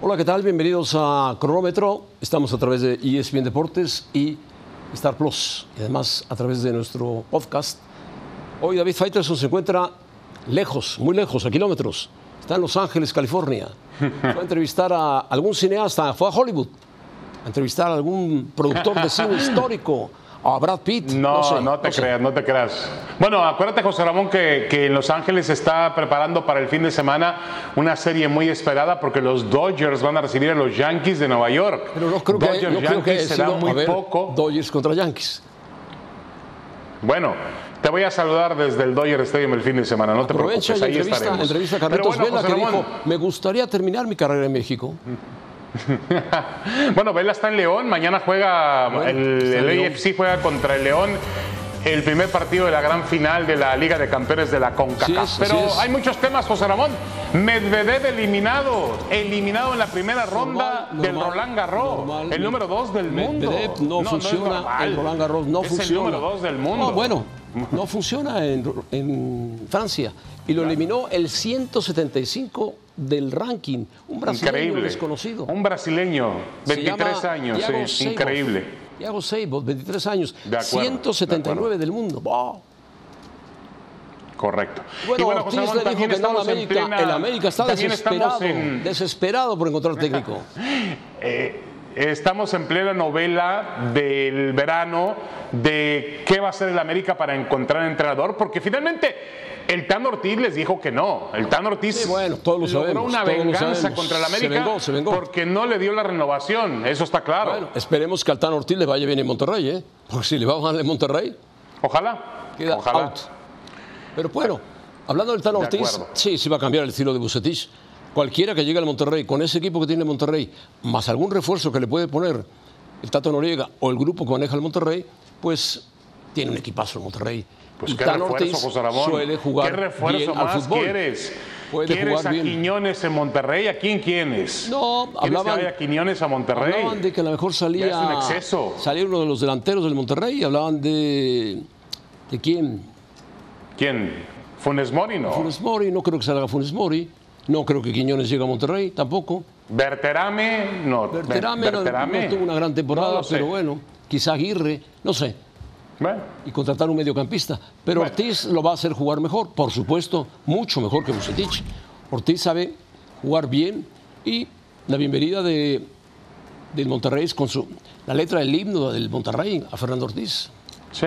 Hola, ¿qué tal? Bienvenidos a Cronómetro. Estamos a través de E ESPN Deportes y Star Plus. Y además a través de nuestro podcast. Hoy David Faitelson se encuentra lejos, muy lejos, a kilómetros. Está en Los Ángeles, California. Fue a entrevistar a algún cineasta, fue a Hollywood. A entrevistar a algún productor de cine histórico. A Brad Pitt. No, no, sé, te sé. creas, no te creas. Bueno, acuérdate, José Ramón, que, que en Los Ángeles se está preparando para el fin de semana una serie muy esperada porque los Dodgers van a recibir a los Yankees de Nueva York. Pero no creo Dodgers, que, no creo Yankees que haya será sido, muy a ver, poco. Dodgers contra Yankees. Bueno, te voy a saludar desde el Dodger Stadium el fin de semana, no te Aprovecha preocupes, y ahí entrevista, estaremos. entrevista a Pero Carlitos bueno, Vela José que Ramón, dijo, me gustaría terminar mi carrera en México. Bueno, Vela está en León, mañana juega Bueno, el, está en el León. AFC juega contra el León. El primer partido de la gran final de la Liga de Campeones de la CONCACAF. Así es, Pero así es. hay muchos temas, José Ramón. Medvedev eliminado, eliminado en la primera ronda Normal, del normal, Roland Garros, normal. el número dos del mundo. Medvedev No, no, no es funciona normal. en Roland Garros, no Es el funciona. número dos del mundo. No, bueno, no funciona en, en Francia. Y lo eliminó el 175 del ranking. Un brasileño Increíble. desconocido. Un brasileño, Se 23 llama años, Thiago sí, Seibold. increíble. Thiago Seibold, 23 años. De acuerdo, 179 del mundo. ¡Wow! Correcto. Bueno, Y Ortiz José Ramón, le dijo también que no a la estamos en América. plena- el América está también desesperado, estamos en- desesperado por encontrar técnico. Eh, estamos en plena novela del verano de qué va a hacer el América para encontrar entrenador, porque finalmente el Tan Ortiz les dijo que no. El Tan Ortiz Sí, bueno, todos lo logró sabemos, una todos lo venganza sabemos. contra el Se América vengó, se vengó. porque no le dio la renovación, eso está claro. Bueno, esperemos que al Tan Ortiz le vaya bien en Monterrey, ¿eh? Porque si le va mal en Monterrey, Ojalá. queda Ojalá. out. Pero bueno, hablando del Tan De Ortiz, acuerdo. sí, sí va a cambiar el estilo de Bucetich. Cualquiera que llegue al Monterrey, con ese equipo que tiene Monterrey, más algún refuerzo que le puede poner el Tato Noriega o el grupo que maneja el Monterrey, pues tiene un equipazo el Monterrey. Pues Y qué Tan refuerzo, Ortiz José Ramón. suele jugar ¿Qué refuerzo bien más al fútbol. quieres? Puede ¿Quieres jugar a bien. Quiñones en Monterrey? ¿A quién quieres? No, ¿Quieres hablaban- que vaya Quiñones a Monterrey? Hablaban de que a lo mejor salía, Ya es un exceso. salía uno de los delanteros del Monterrey, hablaban de... ¿De quién? ¿Quién? Funes Mori, no. Funes Mori, no creo que salga Funes Mori, no creo que Quiñones llegue a Monterrey tampoco. Berterame, no. Ber- Berterame, no- Berterame. no tuvo una gran No temporada, lo sé. pero bueno, quizá Aguirre, no sé, Bueno, y contratar un mediocampista. Pero Bueno. Ortiz lo va a hacer jugar mejor, por supuesto, mucho mejor que Bucetich. Ortiz sabe jugar bien y la bienvenida de, del Monterrey es con su, la letra del himno del Monterrey a Fernando Ortiz. sí.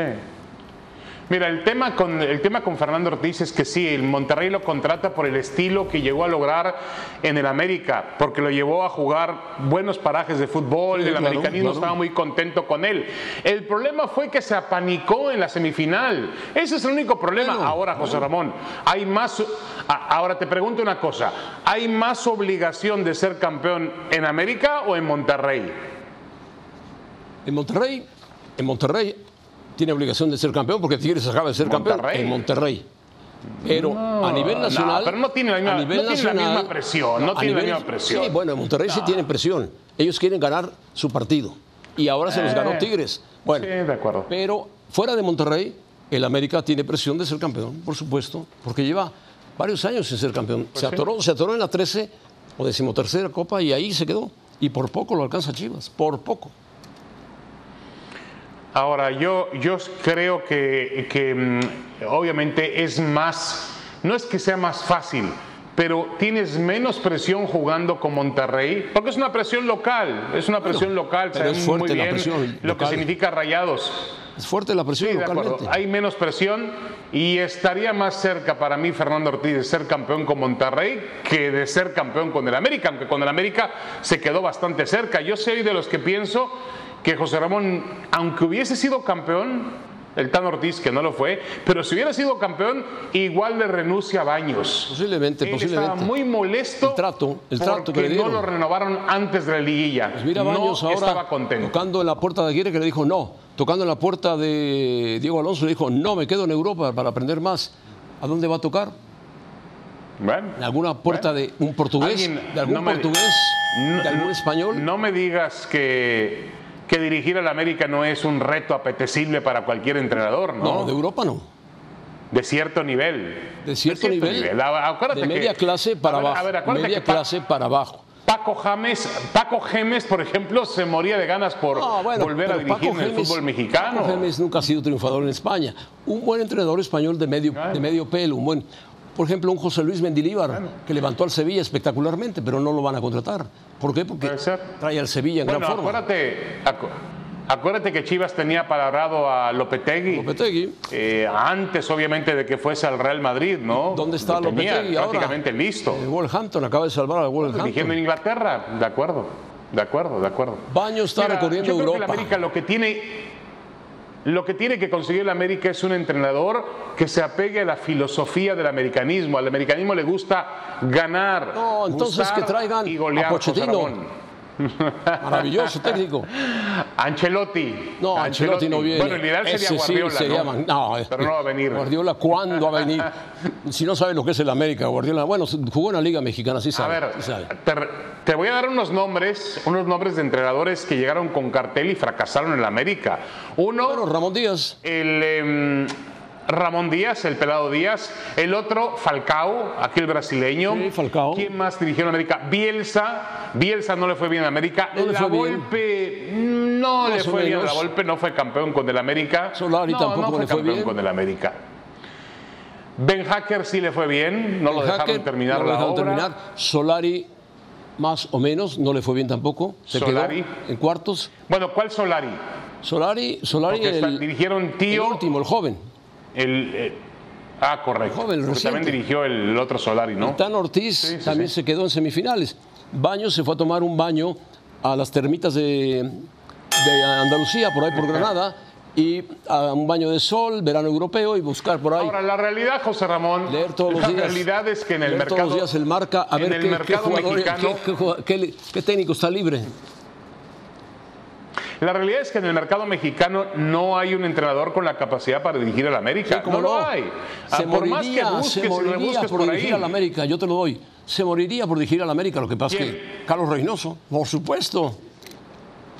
Mira, el tema, con, el tema con Fernando Ortiz es que sí, el Monterrey lo contrata por el estilo que llegó a lograr en el América, porque lo llevó a jugar buenos parajes de fútbol, Sí, el claro, americanismo claro. estaba muy contento con él. El problema fue que se apanicó en la semifinal. Ese es el único problema. Bueno, ahora, José Ramón, hay más... a- Ahora te pregunto una cosa, ¿hay más obligación de ser campeón en América o en Monterrey? En Monterrey, en Monterrey tiene obligación de ser campeón porque Tigres acaba de ser campeón Monterrey. en Monterrey. Pero a nivel nacional. no, pero no tiene la misma- a nivel no tiene la nacional- misma presión, no a tiene la misma presión. Sí, bueno, en Monterrey sí tienen presión. Ellos quieren ganar su partido. Y ahora se los ganó Eh, Tigres. Bueno, sí, de acuerdo. pero fuera de Monterrey, el América tiene presión de ser campeón, por supuesto, porque lleva varios años sin ser campeón. Pues se atoró, se atoró en la 13 o decimotercera copa y ahí se quedó. Y por poco lo alcanza Chivas, por poco. Ahora, yo, yo creo que, que, mm, obviamente es más, no es que sea más fácil, pero tienes menos presión jugando con Monterrey, porque es una presión local, es una presión local, pero saben es fuerte muy la bien presión lo que local. significa rayados. Es fuerte la presión Sí, de localmente. acuerdo, hay menos presión y estaría más cerca para mí Fernando Ortiz de ser campeón con Monterrey que de ser campeón con el América, aunque con el América se quedó bastante cerca. Yo soy de los que pienso que José Ramón, aunque hubiese sido campeón, el Tan Ortiz que no lo fue, pero si hubiera sido campeón, igual le renuncia a Baños. Posiblemente, Él posiblemente. estaba muy molesto El trato, el trato que porque le no dieron. lo renovaron antes de la liguilla. Pues mira, no Baños ahora estaba contento. tocando en la puerta de Aguirre que le dijo no, tocando en la puerta de Diego Alonso le dijo no, me quedo en Europa para aprender más. ¿A dónde va a tocar? Bueno. ¿En alguna puerta Bueno. de un portugués? Alguien- ¿De algún no me- portugués? No- ¿De algún español? No me digas que, que dirigir al América no es un reto apetecible para cualquier entrenador, ¿no? No, de Europa no. De cierto nivel. De cierto nivel, A- acuérdate de que- media clase para a ver, abajo. A ver, acuérdate media que pa- clase para abajo. Paco James, Paco Gemes, por ejemplo, se moría de ganas por Ah, bueno, volver a pero dirigir Paco en el Gémez- fútbol mexicano. Paco Gémez nunca ha sido triunfador en España. Un buen entrenador español de medio, de medio pelo, un buen. Por ejemplo, un José Luis Mendilíbar, que levantó al Sevilla espectacularmente, pero no lo van a contratar. ¿Por qué? Porque Puede ser. trae al Sevilla en Bueno, gran forma. acuérdate, acu- acuérdate que Chivas tenía palabrado a Lopetegui. Lopetegui. Eh, antes, obviamente, de que fuese al Real Madrid, ¿no? ¿Dónde está Lo tenía Lopetegui ahora? prácticamente listo. El eh, Wolverhampton acaba de salvar al Dirigiendo Wolverhampton. Pues, en Inglaterra, de acuerdo, de acuerdo, de acuerdo. Baño está Mira, recorriendo yo creo que Europa. la América lo que tiene lo que tiene que conseguir la América es un entrenador que se apegue a la filosofía del americanismo. Al americanismo le gusta ganar, No, entonces gustar que traigan y golear, a Pochettino. José Ramón. Maravilloso técnico. Ancelotti. No, Ancelotti no viene. Bueno, el ideal Ese sería sí Guardiola, sería ¿no? man- no, eh, Pero no va a venir. Guardiola, ¿cuándo va a venir? si no sabe lo que es el América, Guardiola. Bueno, jugó en la Liga Mexicana, sí A sabe. ver, sí sabe. te, te voy a dar unos nombres, unos nombres de entrenadores que llegaron con cartel y fracasaron en la América. Uno, Bueno, Ramón Díaz. el em, Ramón Díaz, el pelado Díaz, el otro Falcao, aquel brasileño. Sí, Falcao. ¿Quién más dirigió en América? Bielsa, Bielsa no le fue bien en América. No le la fue bien. Volpe mm, no Más le o fue bien, menos. la Volpe no fue campeón con el América. Solari no, tampoco no fue le fue campeón bien. con el América. Ben Hacker sí le fue bien, no lo El dejaron hacker, terminar no lo la dejaron obra. terminar. Solari, más o menos, no le fue bien tampoco. Se Solari. quedó en cuartos. Bueno, ¿cuál Solari? Solari, Solari Porque el, está- dirigieron el Tío, último, el joven. el, eh, ah, correcto. Joven, Porque reciente. también dirigió el otro Solari, ¿no? Tan Ortiz sí, también se quedó en semifinales. Baños se fue a tomar un baño a las termitas de, de Andalucía, por ahí por Granada, y a un baño de sol, verano europeo, y buscar por ahí. Ahora, la realidad, José Ramón, Leer todos los la días. realidad es que en el leer mercado, todos los días el marca, a en ver el qué, qué mercado jugador- mexicano- qué- qué jugador- qué- qué técnico está libre. la realidad es que en el mercado mexicano no hay un entrenador con la capacidad para dirigir al América. Sí, cómo no, lo hay. Ah, Se por moriría, más que busques, se y moriría rebusques por, por dirigir ahí. al América, yo te lo doy. Se moriría por dirigir al América, lo que pasa es ¿Quién? que Carlos Reynoso, por supuesto.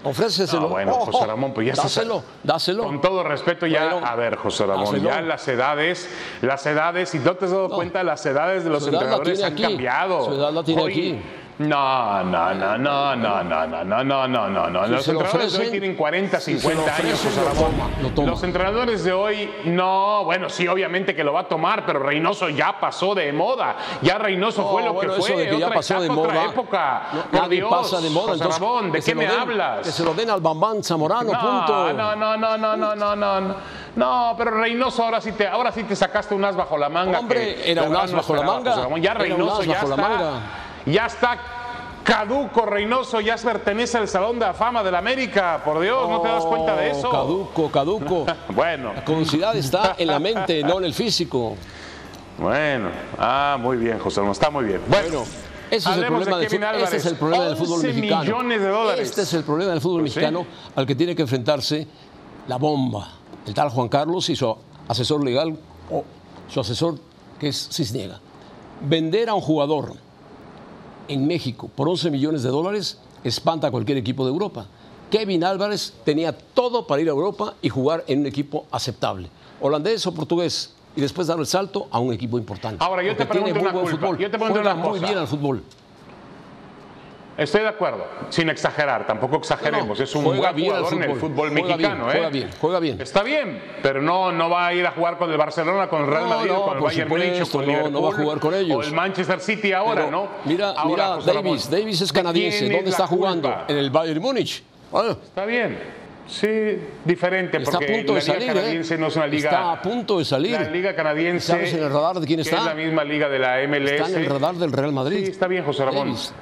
Ofréceselo. Ah, bueno, Oh, José oh, Ramón, pues ya estás- Dáselo, dáselo. Con todo respeto, ya, Bueno, a ver, José Ramón, hazlo. ya las edades, las edades, si no te has dado cuenta, las edades de los Su edad la entrenadores tiene han aquí. cambiado. Su edad la tiene Hoy- aquí. No, no, no, no, no, no, no, no, no, no, no, no. Si los se lo entrenadores de ofrecen, hoy tienen 40, si se lo 50 años, ofrecen, José lo Ramón. toma, lo toma. Los entrenadores de hoy, no, bueno, sí, obviamente que lo va a tomar, pero Reynoso ya pasó de moda. Ya Reynoso No, fue lo bueno, que fue. eso de que ya otra pasó de etapa, otra moda. época. No, Por nadie Dios, pasa de moda. José entonces, Ramón, ¿de que se qué lo me den- hablas? Que se lo den al Bambán Zamorano, punto. No, no, no, no, no, no, no, no. No, pero Reynoso ahora sí te, ahora sí te sacaste un as bajo la manga. Hombre, que era la un verdad as no bajo la esperaba, manga. José Ramón. Ya Era un Reynoso as ya bajo la está. manga. Ya está caduco Reynoso, ya pertenece al Salón de la Fama del América. Por Dios, no, te das cuenta de eso. Oh, Caduco, caduco. Bueno, La caducidad está en la mente, no en el físico. bueno. Ah, muy bien, José Ramón. Está muy bien. Bueno. Bueno, ese es, el hablemos de problema del Kevin fútbol, Álvarez. este es el problema del fútbol 11 mexicano. millones de dólares. Este es el problema del fútbol Pues sí. mexicano al que tiene que enfrentarse la bomba. El tal Juan Carlos y su asesor legal, o su asesor que es Cisniega. Vender a un jugador en México por 11 millones de dólares espanta a cualquier equipo de Europa. Kevin Álvarez tenía todo para ir a Europa y jugar en un equipo aceptable, holandés o portugués, y después dar el salto a un equipo importante. Ahora, yo te Porque tiene muy pregunto una buen culpa. fútbol, Yo te pregunto juega una muy cosa. bien al fútbol. Estoy de acuerdo, sin exagerar, tampoco exageremos. No, es un juega buen bien al jugador en el fútbol, fútbol juega mexicano, bien, ¿eh? juega bien, juega bien. Está bien, pero no, no va a ir a jugar con el Barcelona, con el Real No, Madrid, no, o con el por Bayern Múnich, o supuesto, con no, Liverpool, no va a jugar con ellos. O el Manchester City ahora, Pero ¿no? Mira, Ahora, mira José Ramón, Davis. Davis es ¿de canadiense. quién es ¿Dónde la está jugando? culpa? En el Bayern Múnich. Ah, Está bien. Sí, diferente, está a porque punto la de liga salir. ¿eh? canadiense no es una liga. Está a punto de La salir. liga canadiense. ¿Sabes en el radar de quién que está? Es la misma liga de la MLS. Está en el radar del Real Madrid. eh, Sí, está bien, José Ramón. Davis.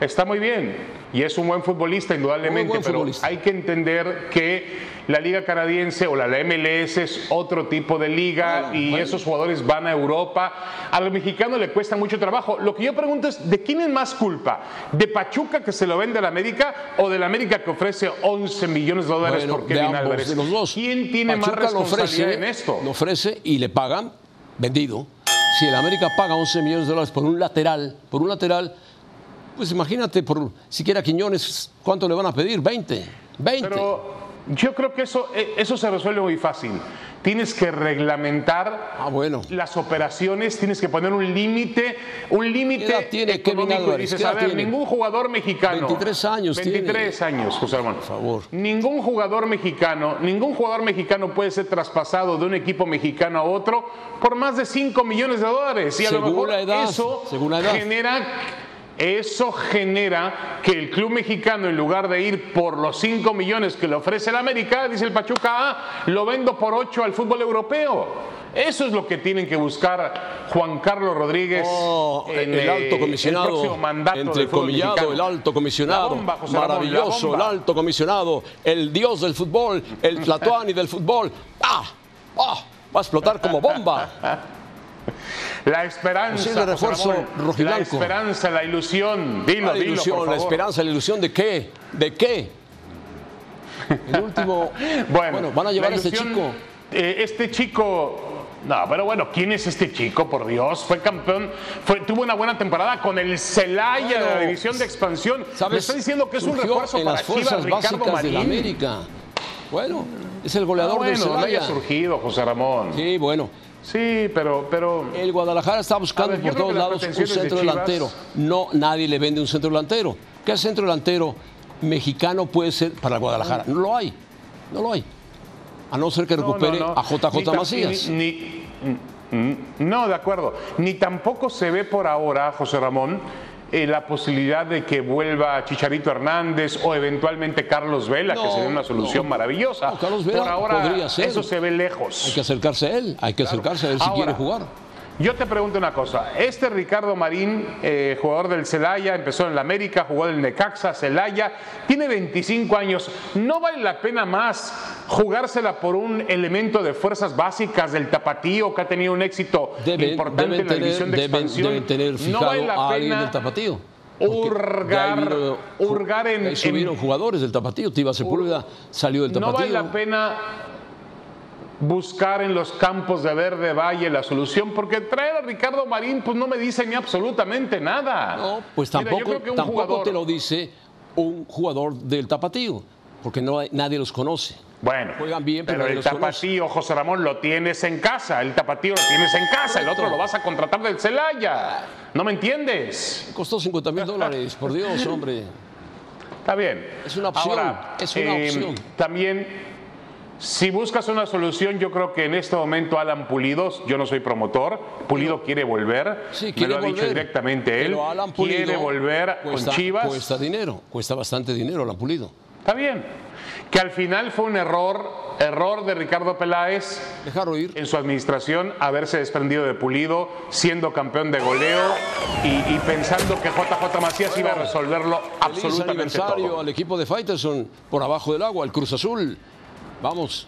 Está muy bien. Y es un buen futbolista, indudablemente, Muy buen pero futbolista. hay que entender que la liga canadiense o la, la MLS es otro tipo de liga y esos jugadores van a Europa. A los mexicanos le cuesta mucho trabajo. Lo que yo pregunto es, ¿de quién es más culpa? ¿De Pachuca que se lo vende al América o del América que ofrece 11 millones de dólares Bueno, de por Kevin ambos, Álvarez? de los dos. ¿Quién tiene Pachuca más lo responsabilidad ofrece, ¿eh? en esto? Lo ofrece y le pagan vendido. Si el América paga 11 millones de dólares por un lateral, por un lateral, pues imagínate, por siquiera Quiñones, ¿cuánto le van a pedir? 20. 20. Pero yo creo que eso, eh, eso se resuelve muy fácil. tienes que reglamentar Ah, bueno. las operaciones, tienes que poner un límite, un ¿Qué límite edad tiene Kevin económico. y Álvarez? dices, ¿Qué a edad ver, tiene? ningún jugador mexicano. 23 años tiene. 23 años, José Armando. Por favor. Ningún jugador mexicano, ningún jugador mexicano puede ser traspasado de un equipo mexicano a otro por más de 5 millones de dólares. Y a lo Según mejor la edad, eso según la edad. genera eso genera que el club mexicano, en lugar de ir por los 5 millones que le ofrece el América, dice el Pachuca, "Ah, lo vendo por 8 al fútbol europeo. Eso es lo que tienen que buscar Juan Carlos Rodríguez Oh, en el eh, alto comisionado, el próximo mandato del entre fútbol mexicano. el alto comisionado, La bomba, José Ramón, la maravilloso, bomba. el alto comisionado, el dios del fútbol, el Tlatoani del fútbol. ¡Ah! ¡Ah! Va a explotar como bomba. La esperanza, Posible José refuerzo Ramón, la rojiblanco. esperanza, la ilusión, dilo, La dilo, por ilusión, la favor. esperanza, la ilusión de qué, de qué. El último. Bueno, van a llevar a la este ilusión, chico. eh, este chico. No, pero bueno, ¿quién es este chico? Por Dios, fue campeón, fue, tuvo una buena temporada con el Celaya de la Bueno, división de expansión. ¿Sabes? Me está diciendo que es un Surgió refuerzo en para las fuerzas Chivas, Ricardo básicas de la Marín. América. Bueno, es el Ah, goleador bueno, del no Celaya. haya surgido, José Ramón. Sí, Sí, bueno. pero, pero El Guadalajara está buscando A ver, por yo creo que todos las lados un pretensiones de centro Chivas- delantero. No, nadie le vende un centro delantero. ¿Qué centro delantero mexicano puede ser para el Guadalajara? No lo hay. No lo hay. A no ser que No, recupere no, no. a JJ Ni tam- Macías. ni- ni- n- no, de acuerdo. Ni tampoco se ve por ahora, José Ramón, eh, la posibilidad de que vuelva Chicharito Hernández o eventualmente Carlos Vela, que No, sería una solución no. maravillosa. No, Carlos Vela por ahora, podría ser. eso se ve lejos. Hay que acercarse a él. Hay que acercarse a él si Ahora, quiere jugar. Yo te pregunto una cosa. Este Ricardo Marín, eh, jugador del Celaya, empezó en la América, jugó en el Necaxa, Celaya, tiene 25 años. ¿No vale la pena más jugársela por un elemento de fuerzas básicas del tapatío que ha tenido un éxito Deben, importante deben en la tener, división de deben- expansión? deben tener ¿No fijado vale la a alguien pena del tapatío. Porque de ahí hurgar, vino- hurgar en- de ahí subieron en jugadores del tapatío. Tiba Sepúlveda salió del tapatío. no vale la pena buscar en los campos de Verde Valle la solución, porque traer a Ricardo Marín pues no me dice ni absolutamente nada. No, pues Mira, yo tampoco, creo que un tampoco jugador- te lo dice un jugador del tapatío, porque no hay- nadie los conoce. Bueno, Juegan bien, pero pero nadie el los conoce. tapatío, José Ramón, lo tienes en casa, el tapatío lo tienes en casa, el otro Correcto. lo vas a contratar del Celaya. ¿No me entiendes? Costó 50 mil dólares, por Dios, hombre. Está bien. Es una opción, Ahora, eh, es una opción. También, si buscas una solución, yo creo que en este momento Alan Pulidos, yo no soy promotor, Pulido quiere volver, Sí, me quiere lo ha dicho volver, directamente él, pero Alan Pulido quiere volver cuesta- con Chivas. Cuesta dinero, cuesta bastante dinero la Pulido. Está bien. Que al final fue un error, error de Ricardo Peláez Dejarlo ir. en su administración haberse desprendido de Pulido, siendo campeón de goleo y, y pensando que JJ Macías iba a resolverlo Feliz absolutamente aniversario todo. al equipo de Fighterson por abajo del agua, el Cruz Azul. Vamos,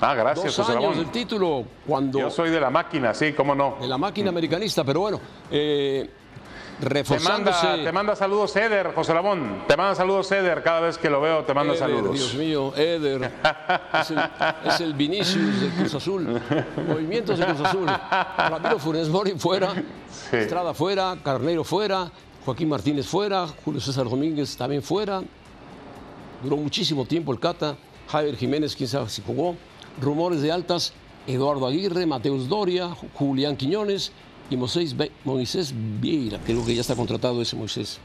Ah, gracias, dos José años Ramón. del título cuando Yo soy de la máquina, sí, cómo no. de la máquina americanista, pero bueno, eh, Te reforzándose. manda, te manda saludos Eder, José Ramón. Te manda saludos Eder, cada vez que lo veo te manda Eder, saludos. Dios mío, Eder. Es el, es el Vinicius del Cruz Azul. Movimientos de Cruz Azul. Ramiro Funes Mori fuera. Estrada fuera. Carnero fuera. Joaquín Martínez fuera. Julio César Domínguez también fuera. Duró muchísimo tiempo el Cata. Javier Jiménez, quién sabe si jugó. Rumores de altas. Eduardo Aguirre, Mateus Doria, Ju- Julián Quiñones y Moisés, Ve- Moisés Vieira. Creo que ya está contratado ese Moisés.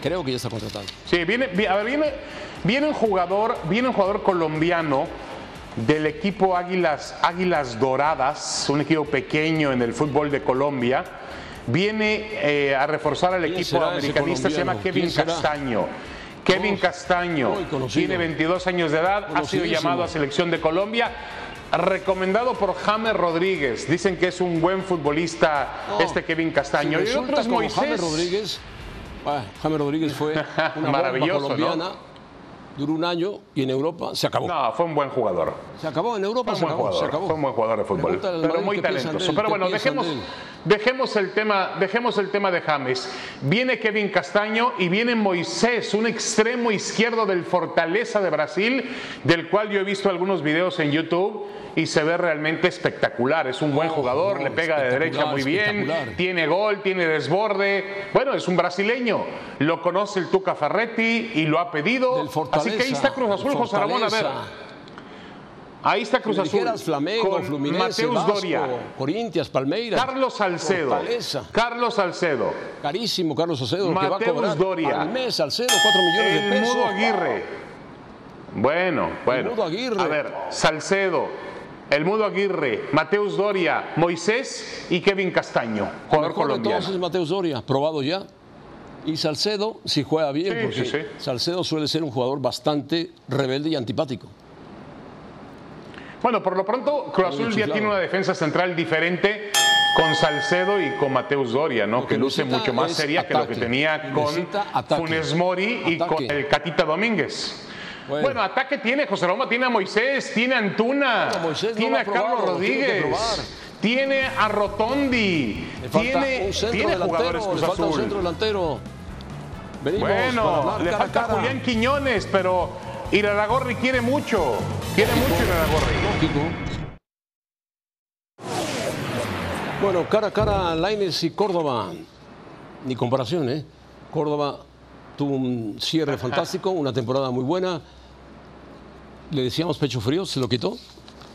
Creo que ya está contratado. Sí, viene, vi- a ver, viene, viene un jugador, viene un jugador colombiano del equipo Águilas, Águilas Doradas, un equipo pequeño en el fútbol de Colombia. Viene eh, a reforzar al equipo será ese americanista, se llama colombiano? Kevin ¿Quién será? Castaño. Kevin Castaño muy conocido. tiene 22 años de edad, ha sido Conocidísimo. llamado a selección de Colombia, recomendado por James Rodríguez. Dicen que es un buen futbolista No. este Kevin Castaño. Si y el otro resulta es como Moisés. James Rodríguez. ah, James Rodríguez fue una bomba Maravilloso, ¿no? colombiana. Duró un año y en Europa se acabó. No, fue un buen jugador. Se acabó, en Europa Fue un se buen acabó. se jugador, acabó. fue un buen jugador de fútbol, Pregúntale al pero Madrid muy qué piensan talentoso. de él, Pero qué bueno, piensan dejemos, de él. dejemos, el tema, dejemos el tema de James. Viene Kevin Castaño y viene Moisés, un extremo izquierdo del Fortaleza de Brasil, del cual yo he visto algunos videos en YouTube y se ve realmente espectacular. Es un buen No, jugador, Oh, no, le pega de derecha muy bien, espectacular. tiene gol, tiene desborde. Bueno, es un brasileño. Lo conoce el Tuca Ferretti y lo ha pedido. Del Fortaleza. Así que ahí está Cruz del Azul, José Ramón. A ver, Fortaleza. Ahí está Cruz Si Azul. dijeras Flamengo, con Fluminense, Mateus Vasco, Doria. Corinthians, Palmeiras. Carlos Salcedo. Fortaleza. Carlos Salcedo. Carísimo Carlos Salcedo, que va a Mateus cobrar Doria. al mes Salcedo 4 millones El de pesos. Mudo Aguirre. Bueno, bueno. Mudo Aguirre. A ver, Salcedo, El Mudo Aguirre, Mateus Doria, Moisés y Kevin Castaño, El mejor jugador de colombiano. todos es Mateus Doria, probado ya. Y Salcedo, si juega bien, Sí, porque sí, sí. Salcedo suele ser un jugador bastante rebelde y antipático. Bueno, por lo pronto, Cruz Azul ya chiflado. tiene una defensa central diferente con Salcedo y con Mateus Doria, ¿no? Lo Que, que luce necesita mucho más es seria que lo que ataque. tenía con Necesita ataque. Funes Mori y Ataque. con el Catita Domínguez. Bueno. Bueno. ataque tiene José Roma, tiene a Moisés, tiene a Antuna, Bueno, Moisés no tiene lo a ha probado, Carlos lo tiene que probar. Rodríguez, tiene a Rotondi, Le falta tiene, un centro tiene jugadores delantero, le Cruz falta un Azul. centro delantero. Venimos para Bueno, hablar le cara a falta cara. Julián Quiñones, pero Iraragorri quiere mucho, quiere mucho Iraragorri. Lógico. Bueno, cara a cara, Laines y Córdoba. Ni comparación, ¿eh? Córdoba tuvo un cierre fantástico, una temporada muy buena. Le decíamos pecho frío, se lo quitó.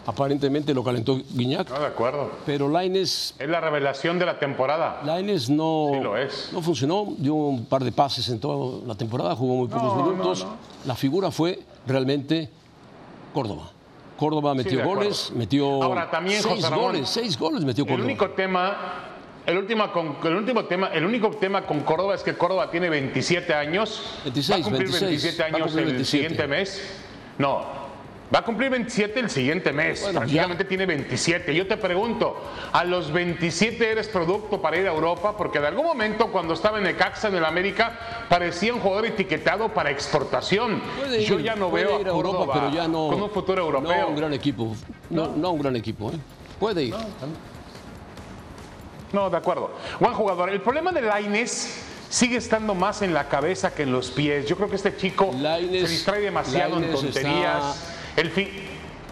Aparentemente lo calentó Guiñac. No, de acuerdo. Pero Laines, Es la revelación de la temporada. Laines no, Sí lo es. no funcionó. Dio un par de pases en toda la temporada, jugó muy pocos No, no, minutos. no. La figura fue realmente Córdoba. Córdoba de metió acuerdo. goles, metió Ahora, también, seis José Ramón, goles, seis goles metió El Córdoba. único tema, el último, con- el último tema, el único tema con Córdoba es que Córdoba tiene 27 años. 26, va a cumplir 26, 27 va a años cumplir el 27. siguiente mes. No, va a cumplir 27 el siguiente mes. Bueno, Prácticamente tiene 27. Yo te pregunto, ¿a los 27 eres producto para ir a Europa? Porque de algún momento cuando estaba en Necaxa en el América parecía un jugador etiquetado para exportación. Puede Yo ir- ya no puede veo ir a Córdoba Europa, pero ya no. con un futuro europeo. No un gran equipo. No, no un gran equipo, ¿eh? Puede ir. No, de acuerdo. Buen jugador. El problema de Laines sigue estando más en la cabeza que en los pies. Yo creo que este chico Lainez- se distrae demasiado en Lainez tonterías. El fin.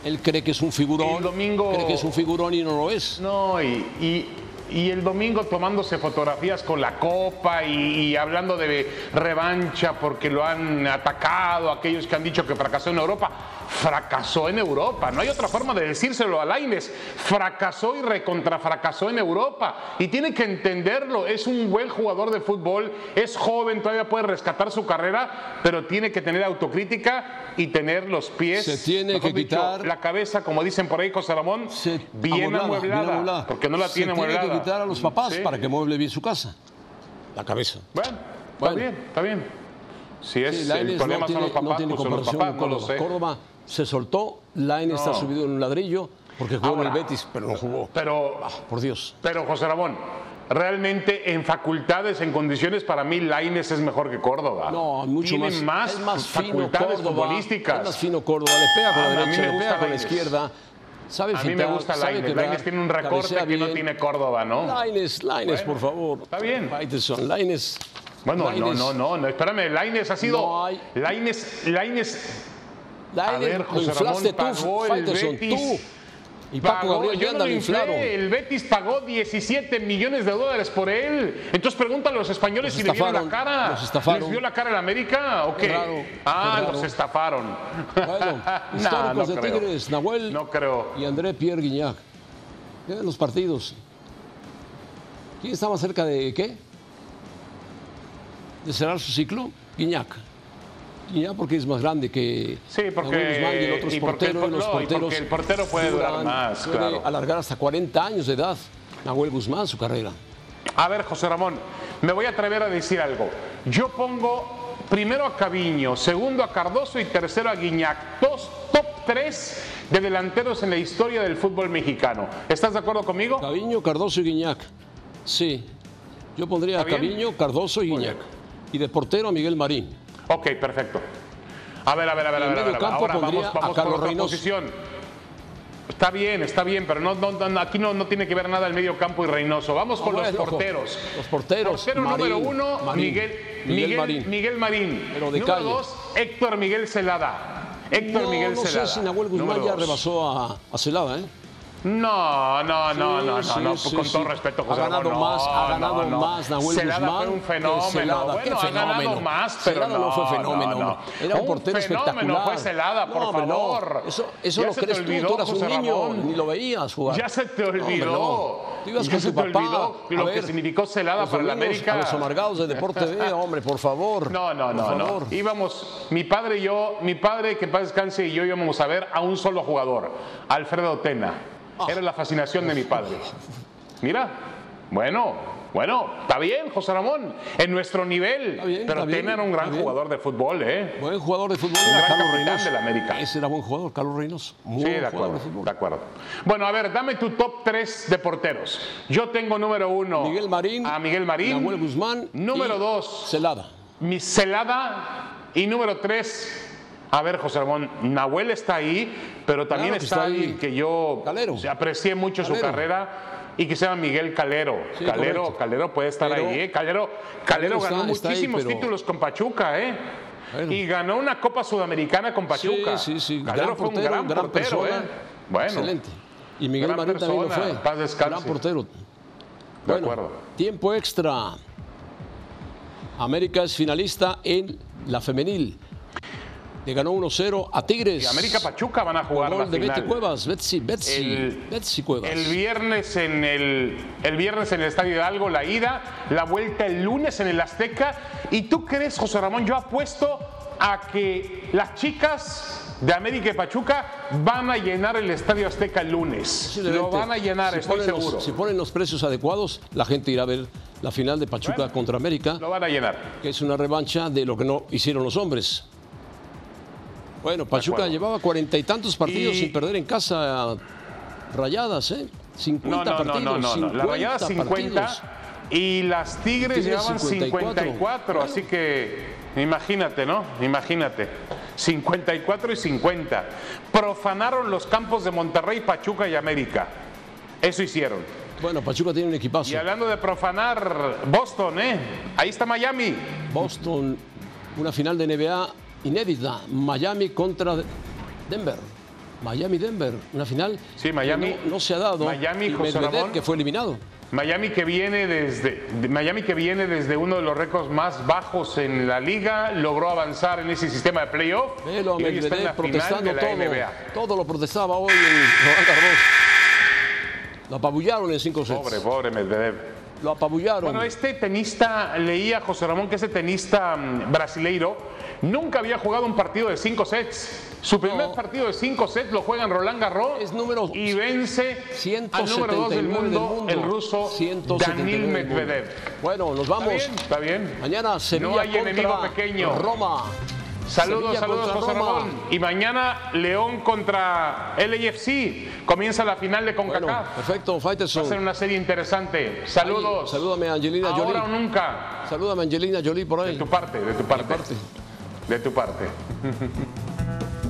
Él cree que es un figurón. El domingo- Cree que es un figurón y no lo es. No, y, y- y el domingo tomándose fotografías con la copa y, y hablando de revancha porque lo han atacado, aquellos que han dicho que fracasó en Europa. Fracasó en Europa. No hay otra forma de decírselo a Laines. Fracasó y recontrafracasó en Europa. Y tiene que entenderlo. Es un buen jugador de fútbol, es joven, todavía puede rescatar su carrera, pero tiene que tener autocrítica y tener los pies. Se tiene mejor que quitar- la cabeza, como dicen por ahí, José Ramón Se- bien amueblada, porque no la Se tiene amueblada. Tiene que quitar a los papás Sí. para que mueble bien su casa. La cabeza. Bueno, Bueno. está bien, está bien. Si es Sí, el Lainez problema no tiene, son los papás, no tiene pues son los comparación papás, no con lo Córdoba. sé. Córdoba se soltó, Laine está No. subido en un ladrillo porque jugó Ahora. en el Betis, pero no jugó. Pero, Por Dios. pero José Ramón, realmente en facultades, en condiciones, para mí Laines es mejor que Córdoba. No, mucho tiene más. más, es más fino facultades Córdoba. futbolísticas. Es más fino Córdoba. Le pega con Ah, la a mí derecha, me le gusta pega con la Lainez. izquierda. Sabe A mí me filtrar, gusta sabe Laines. quebrar, Laines tiene un recorte cabecea que no bien. tiene Córdoba, ¿no? Laines, Laines, Bueno, por favor. está bien. Faitelson, Laines. Bueno, Lainez- no, no, no, no, espérame, Laines ha sido. No hay- Lainez- Lainez Lainez, A ver, lo José inflaste Ramón, pagó tú, el Faitelson, Betis. tú. Y Paco Pagó- Gabriel yo ya no andan lo inflé, inflado. El Betis pagó 17 millones de dólares por él. Entonces pregunta a los Los españoles si le vieron la estafaron, cara. los estafaron. ¿Les vio la cara en América o qué? raro, qué ah, raro. los estafaron. Bueno, Nah, históricos no de creo. Tigres, Nahuel No creo. y André Pierre Guignac. ¿Qué de los partidos? ¿Quién está más cerca de qué? ¿De cerrar su ciclo? Guignac. Guignac porque es más grande que Sí, porque- Nahuel Guzmán y el otro es y porque el portero. por- y los no, y porteros porque el portero puede durar más, puede claro. alargar hasta 40 años de edad Nahuel Guzmán su carrera. A ver, José Ramón, me voy a atrever a decir algo. Yo pongo primero a Caviño, segundo a Cardoso y tercero a Guiñac. Dos top tres de delanteros en la historia del fútbol mexicano. ¿Estás de acuerdo conmigo? Caviño, Cardoso y Guiñac. Sí. Yo pondría a ¿Está bien? Caviño, Cardoso y Guiñac. Y de portero a Miguel Marín. Ok, perfecto. A ver, a ver, a ver, En a ver. a medio ver. campo Ahora pondría vamos, a vamos por Carlos otra Reynoso. posición. Está bien, está bien, pero no, no, no, aquí no, no tiene que ver nada el medio campo y Reynoso. Vamos con Ah, los bueno, ojo. porteros. Los porteros, Portero Marín, número uno, Marín, Miguel, Miguel Miguel, Marín. Miguel Marín. Pero de número calle. dos, Héctor Miguel Celada. Héctor no, Miguel no Celada. sé si Nahuel Guzmán Número ya dos. rebasó a, a Celada, ¿eh? No, no, no, Sí, no, no, sí, no, sí, con sí. todo respeto, José Ha ganado Ramón, no, más, ha no, ganado no. más Nahuel Celada Guzmán fue un que fenómeno, Celada. bueno, Qué ha ganado fenómeno. más, pero Celada no fue fenómeno, no, no. era un portero fenómeno espectacular. fue Celada, por No, hombre, no. favor. Eso, eso Ya lo se te crees olvidó, tú, tú eras José un niño, Ramón. ni lo veías jugar. Ya se te No, hombre, olvidó. no. Tú ibas Ya con se tu te papá. olvidó A lo que ver, significó Celada los para la domingos, América. A los amargados de Deporte B, hombre, por favor. No, no, no, por no. favor. Íbamos, mi padre y yo, mi padre que en paz descanse y yo íbamos a ver a un solo jugador, Alfredo Tena. Ah. Era la fascinación de mi padre. Mira, bueno, bueno, está bien, José Ramón, en nuestro nivel. Está bien, pero está Tena bien, era un gran está bien. jugador de fútbol, ¿eh? Buen jugador de fútbol Un era gran Carlos capitán Reynoso. de la América. Ese era buen jugador, Carlos Reynoso. Muy Sí, buen de jugador acuerdo, de fútbol. de acuerdo. Bueno, a ver, dame tu top 3 de porteros. Yo tengo número uno Miguel Marín. a Miguel Marín. Nahuel Guzmán. Número y dos. Celada. Mi celada y número tres. A ver, José Ramón, Nahuel está ahí, pero también Claro que está, está ahí ahí. que yo Calero. aprecié mucho su Calero. carrera y que se llama Miguel Calero. Sí, Calero, correcto. Calero puede estar Pero- ahí, ¿eh? Calero, Calero, Calero ganó está- está ahí, muchísimos pero- títulos con Pachuca, ¿eh? Bueno. Y ganó una Copa Sudamericana con Pachuca. Sí, sí, sí. Calero gran fue portero, un gran, portero, persona. ¿eh? Bueno, Excelente. Y Miguel Gran Marín también lo persona, fue. paz descanse. Gran portero. de acuerdo. Tiempo extra. América es finalista en la femenil. Le ganó 1-0 a Tigres. Y América Pachuca van a jugar la Gol de final. Betty Cuevas. Betsy, Betsy. El- Betsy Cuevas. El viernes en el, el viernes en el Estadio Hidalgo, la ida, la vuelta el lunes en el Azteca. ¿Y tú crees, José Ramón? Yo apuesto a que las chicas de América y Pachuca van a llenar el Estadio Azteca el lunes. Lo van a llenar, Si estoy ponen los- seguro. si ponen los precios adecuados, la gente irá a ver la final de Pachuca Bueno. contra América. Lo van a llenar. que es una revancha de lo que no hicieron los hombres. Bueno, Pachuca acuerdo. llevaba cuarenta y tantos partidos Y- sin perder en casa rayadas, ¿eh? 50 no, no, partidos. no, no, no, no. La 50 rayada 50 partidos. y las Tigres, Tigres llevaban 54, 54. así que imagínate, ¿no? Imagínate. 54 y 50. Profanaron los campos de Monterrey, Pachuca y América. Eso hicieron. Bueno, Pachuca tiene un equipazo. Y hablando de profanar, Boston, ¿eh? Ahí está Miami. Boston, una final de NBA inédita. Miami contra Denver. Miami-Denver, una final Sí, que Miami- no, no se ha dado. Miami, y José Medvedev, Ramón. que fue eliminado. Miami que viene desde de- Miami que viene desde uno de los récords más bajos en la liga, logró avanzar en ese sistema de playoff Velo a y hoy está en la Medvedev final protestando de la todo. NBA. Todo lo protestaba hoy en Roland Garros. Lo apabullaron en cinco sets. Pobre, pobre Medvedev. Lo apabullaron. Bueno, este tenista, leía José Ramón que ese tenista mm, brasileiro nunca había jugado un partido de cinco sets. Su primer partido de cinco sets lo juega en Roland Garros Es número y vence al número dos 179 del mundo, el ruso 179 del Danil mundo. Medvedev. Bueno, nos Está vamos. bien, está bien. Mañana Sevilla No hay contra enemigo pequeño. Roma. Saludos, Sevilla saludos, contra José Roma. Ramón. Y mañana León contra LAFC. Comienza la final de CONCACAF. Bueno, perfecto, Va a ser Faitelson. una serie interesante. Saludos. Salúdame a Angelina Ahora o Jolie. nunca. Salúdame a Angelina Jolie por ahí. De tu parte, de tu parte. Parte. De tu parte.